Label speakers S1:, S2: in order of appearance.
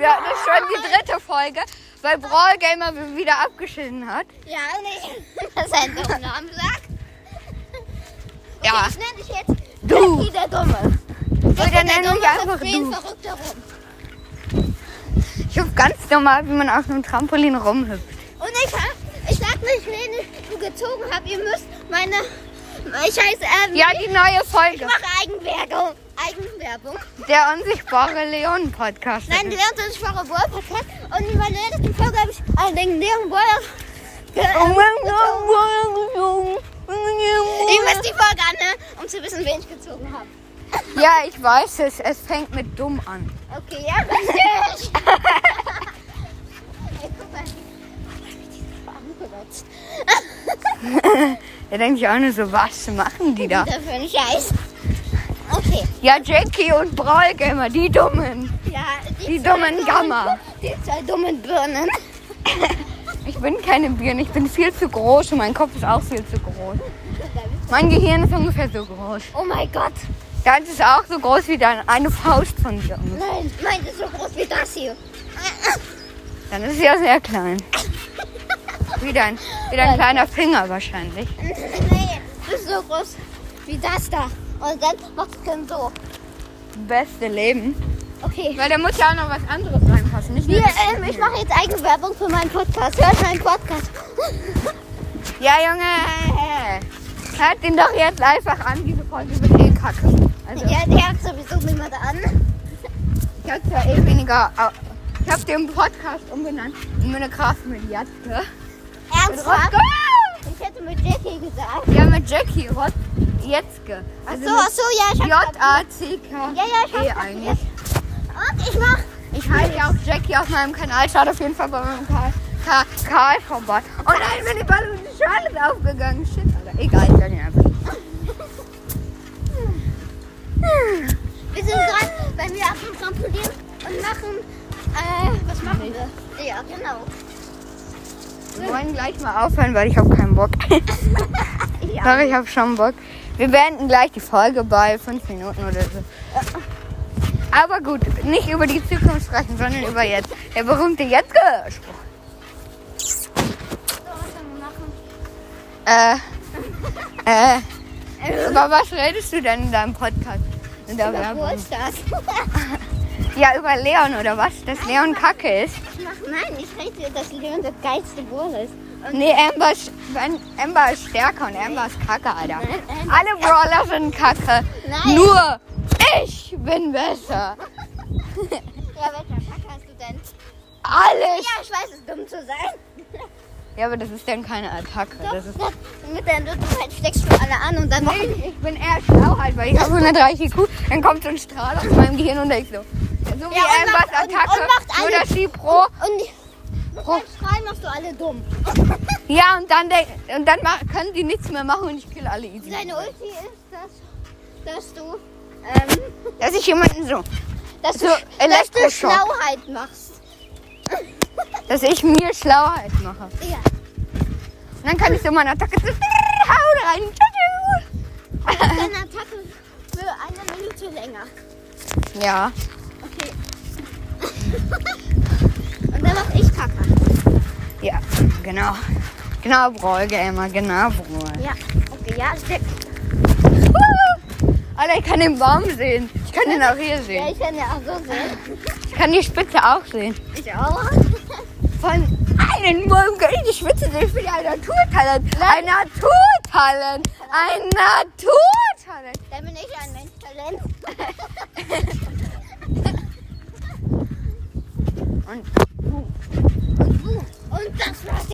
S1: Das ist schon die dritte Folge, weil Brawl Gamer wieder abgeschissen hat.
S2: Ja, nee. Das ist ein dummer Name, sag.
S1: Ja.
S2: Ich nenne dich jetzt
S1: Du.
S2: Jackie der Dumme.
S1: So, dann nenne ich einfach
S2: viel
S1: du.
S2: verrückter rum.
S1: Ich hoffe ganz normal, wie man auf einem Trampolin rumhüpft.
S2: Und ich hab, ich sag nicht, wen ich so gezogen habe. Ihr müsst meine, ich heiße, ähm,
S1: Ja, die neue
S2: ich
S1: Folge.
S2: mache Eigenwerbung. Eigenwerbung.
S1: Der unsichtbare Leon Podcast.
S2: Nein, Leon und ich mache Wohlpakett. Und in meiner letzten Folge habe ich einen den Leon Wohl.
S1: Oh mein
S2: Ihr
S1: Gott.
S2: müsst die Folge anhören, um zu wissen, wen ich gezogen habe.
S1: Ja, ich weiß es. Es fängt mit dumm an.
S2: Okay, ja, richtig. Ey, guck mal.
S1: Da denke ich auch nur so, was machen die da?
S2: Dafür ein Scheiß. Okay.
S1: Ja, Jackie und Brawl Gamer, die Dummen.
S2: Ja,
S1: Die dummen
S2: zwei
S1: Gamma.
S2: Die zwei dummen Birnen.
S1: Ich bin keine Birne, ich bin viel zu groß und mein Kopf ist auch viel zu groß. Mein Gehirn ist ungefähr so groß.
S2: Oh mein Gott.
S1: Deins ist auch so groß wie dein, eine Faust von dir.
S2: Nein, meins ist so groß wie das hier.
S1: Dann ist sie ja sehr klein. Wie dein, wie dein kleiner Finger wahrscheinlich.
S2: Nein, das ist so groß wie das da. Und dann macht es dann so.
S1: Beste Leben.
S2: Okay.
S1: Weil da muss ja auch noch was anderes reinpassen. Nicht nur
S2: Hier,
S1: das
S2: ähm, ich mache jetzt Eigenwerbung für meinen Podcast. Hört meinen Podcast.
S1: Ja, Junge. Hört den doch jetzt einfach an, diese Folge wird eh kacke. Also,
S2: Ja, der hat sowieso niemand an.
S1: ich hab's ja eh weniger... au- Ich hab den Podcast umgenannt in meine Kraft mit Jatke.
S2: Ernsthaft?
S1: Rotzke.
S2: Ich hätte mit Jackie gesagt.
S1: Ja, mit Jackie Rot Jetzke.
S2: Ach
S1: Also
S2: so, ach so, ja, ich hab
S1: J-A-C-K.
S2: Ja, ja, ich hab's
S1: E eigentlich.
S2: Und ich mach.
S1: Ich heiße ja auch Jackie auf meinem Kanal. Schaut auf jeden Fall bei meinem Karl, Karl, Karl vorbei. Oh nein, meine Ballon ist Charlotte aufgegangen. Shit, Alter. Egal, ich werde ihn einfach.
S2: Wir sind dran, wenn wir auf dem Trampolin und machen. Äh, was machen wir? Ja, genau.
S1: Wir wollen gleich mal aufhören, weil ich habe keinen Bock.
S2: Ja.
S1: Aber ich habe schon Bock. Wir beenden gleich die Folge bei fünf Minuten oder so. Aber gut, nicht über die Zukunft sprechen, sondern über jetzt. Der berühmte Jetzke-Spruch.
S2: So, was sollen wir machen?
S1: Äh, äh, über was redest du denn in deinem Podcast? In der
S2: Über
S1: Werbung?
S2: Polsters.
S1: Ja, über Leon oder was? Dass Leon kacke ist.
S2: Ich mach, nein, ich rede, dass Leon das geilste Wurst ist.
S1: Nee, Amber, ist- wenn- Amber ist stärker und Amber ist kacke, Alter.
S2: Nein, Amber-
S1: Alle Brawler sind kacke.
S2: Nein.
S1: Nur ich bin besser.
S2: Ja, welcher Kack hast du denn?
S1: Alles.
S2: Ja, ich weiß, es ist dumm zu sein.
S1: Ja, aber das ist dann keine Attacke. Das ist
S2: Doch, mit deiner Dummheit steckst du alle an und dann machen
S1: nee, ich bin eher schlau halt, weil ich habe 130 IQ. Dann kommt so ein Strahl aus meinem Gehirn und ich so. So wie
S2: Ja, und
S1: Ambers
S2: macht- und-
S1: Attacke.
S2: und macht
S1: nur
S2: alle-
S1: dass sie pro
S2: Und mit deinem Strahl machst du alle dumm.
S1: Ja, und dann, denk- und dann mach, können die nichts mehr machen und ich kill alle easy.
S2: Deine Ulti ist, dass, dass du, ähm,
S1: Dass ich jemanden so,
S2: dass,
S1: So,
S2: du, dass du
S1: Elektroschock.
S2: Schlauheit machst.
S1: dass ich mir Schlauheit mache.
S2: Ja.
S1: Und dann kann ich so meine Attacke so, hau rein. tschu,
S2: Deine Attacke für eine Minute länger.
S1: tschu. Ja,
S2: Okay. Und dann mach ich Kacke.
S1: ja, genau. Genau, Brawl, Gamer, genau, Brawl.
S2: Ja. Okay, ja, stimmt.
S1: Wuhu! Alter, ich kann den Baum sehen. Ich kann den auch hier
S2: Ja,
S1: sehen.
S2: ich kann ja auch so sehen.
S1: Ich kann die Spitze auch sehen.
S2: Ich auch.
S1: Von einem Baum kann ich die Spitze sehen. Ich bin ja ein Naturtalent. Ein Naturtalent. Ein Naturtalent.
S2: Dann bin ich ein Mensch-Talent.
S1: Und
S2: Und das war's.